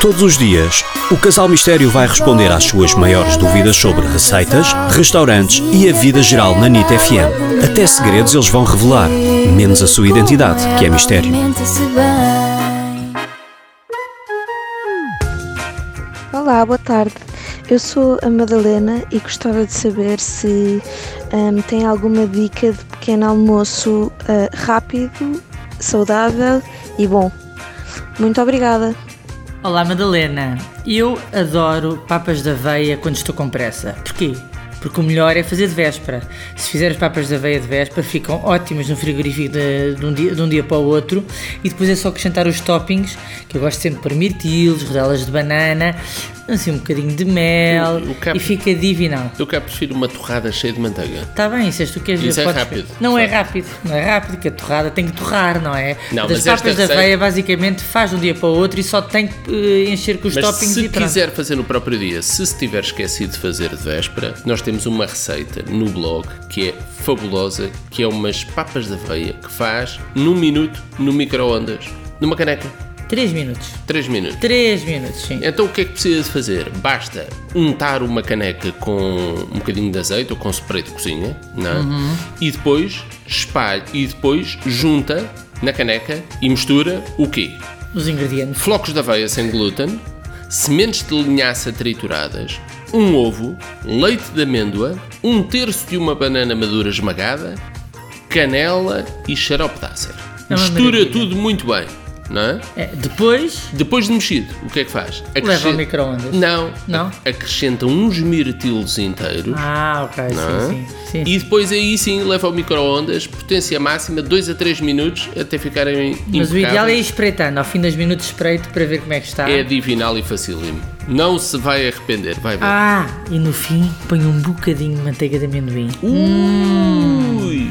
Todos os dias, o Casal Mistério vai responder às suas maiores dúvidas sobre receitas, restaurantes e a vida geral na NIT FM. Até segredos eles vão revelar, menos a sua identidade, que é mistério. Mente-se bem. Olá, boa tarde. Eu sou a Madalena e gostava de saber se ahm, tem alguma dica de pequeno almoço ah, rápido, saudável e bom. Muito obrigada. Olá Madalena, eu adoro papas de aveia quando estou com pressa. Porquê? Porque o melhor é fazer de véspera. Se fizeres papas de aveia de véspera, ficam ótimas no frigorífico de, de um dia, de um dia para o outro e depois é só acrescentar os toppings, que eu gosto sempre por mirtilos, rodelas de banana, assim um bocadinho de mel Eu- eu quero- e fica divinal. Eu cá prefiro uma torrada cheia de manteiga. Está bem, se és tu queres Isso ver, é podes ver. rápido. Não é Claro. rápido, não é rápido, que a torrada tem que torrar, não é? Não, Das mas esta papas de receita- aveia, basicamente, faz de um dia para o outro e só tem que eh, encher com os Mas toppings se e pronto. quiser fazer no próprio dia, se se tiver esquecido de fazer de véspera, nós temos uma receita no blog que é fabulosa, que é umas papas de aveia que faz num minuto no micro-ondas, numa caneca, 3 minutos. 3 minutos. 3 minutos, sim. Então o que é que precisa de fazer? Basta untar uma caneca com um bocadinho de azeite ou com spray de cozinha, não é? Uhum. E depois espalha e depois junta na caneca e mistura o quê? Os ingredientes. flocos de aveia sem glúten, sementes de linhaça trituradas, um ovo, leite de amêndoa, um terço de uma banana madura esmagada, canela e xarope de ácer. É uma Mistura maravilha. tudo muito bem, não é? É, depois, Depois de mexido, o que é que faz? Leva ao micro-ondas. Não. Não? A- Acrescenta uns mirtilos inteiros. Ah, ok, Não. é? sim, sim. sim, E sim. depois aí sim leva ao micro-ondas, potência máxima, 2 a 3 minutos, até ficarem Mas o ideal é ir impecáveis. espreitando, ao fim dos minutos espreito para ver como é que está. É divinal e facílimo. Não se vai arrepender, vai ver. Ah, e no fim põe um bocadinho de manteiga de amendoim. Ui!